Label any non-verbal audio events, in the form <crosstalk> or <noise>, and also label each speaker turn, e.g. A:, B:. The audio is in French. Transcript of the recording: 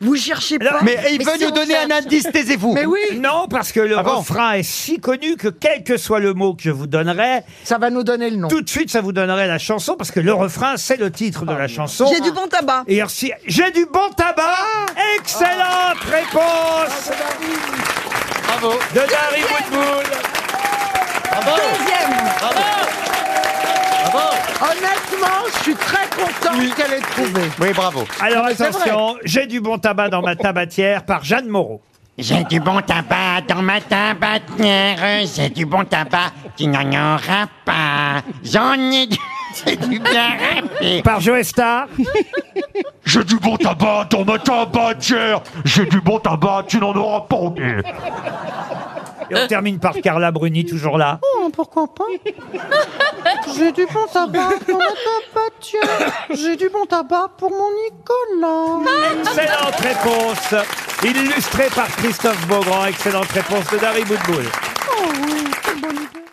A: Vous cherchez pas.
B: Mais il veut
A: si
B: nous
A: on
B: donner un
A: cherche-
B: indice, taisez-vous.
A: Mais oui.
C: Non, parce que le
B: Ah bon
C: refrain est si connu que quel que soit le mot que je vous donnerai,
A: Ça va nous donner le nom.
C: tout de suite ça vous donnerait la chanson, parce que le refrain c'est le titre de la chanson.
A: J'ai du bon tabac.
C: Et alors, si j'ai du bon tabac,
A: Ah.
C: excellente réponse
D: Bravo.
C: de Dari Woodbull.
B: Ah
D: Bravo.
A: Deuxième.
D: Bravo. Bravo.
A: Honnêtement, je suis très contente qu'elle ait trouvé.
D: Oui, bravo.
C: Alors
A: c'est
C: attention, j'ai du bon tabac dans ma tabatière par Jeanne Moreau.
E: J'ai du bon tabac dans ma tabatière, j'ai du bon tabac qui n'en aura pas. J'en ai du, <laughs> j'ai du bien râpé.
C: Par Joe Star.
F: <laughs> J'ai du bon tabac dans ma tabatière. J'ai du bon tabac, tu n'en auras pas.
C: Et on termine par Carla Bruni, toujours là.
G: pourquoi pas J'ai du bon tabac pour ma tabatière. J'ai du bon tabac pour mon Nicolas.
C: Excellente réponse Illustrée par Christophe Beaugrand. Excellente réponse de Dari Boudboul.
G: Oh oui, quelle bonne idée.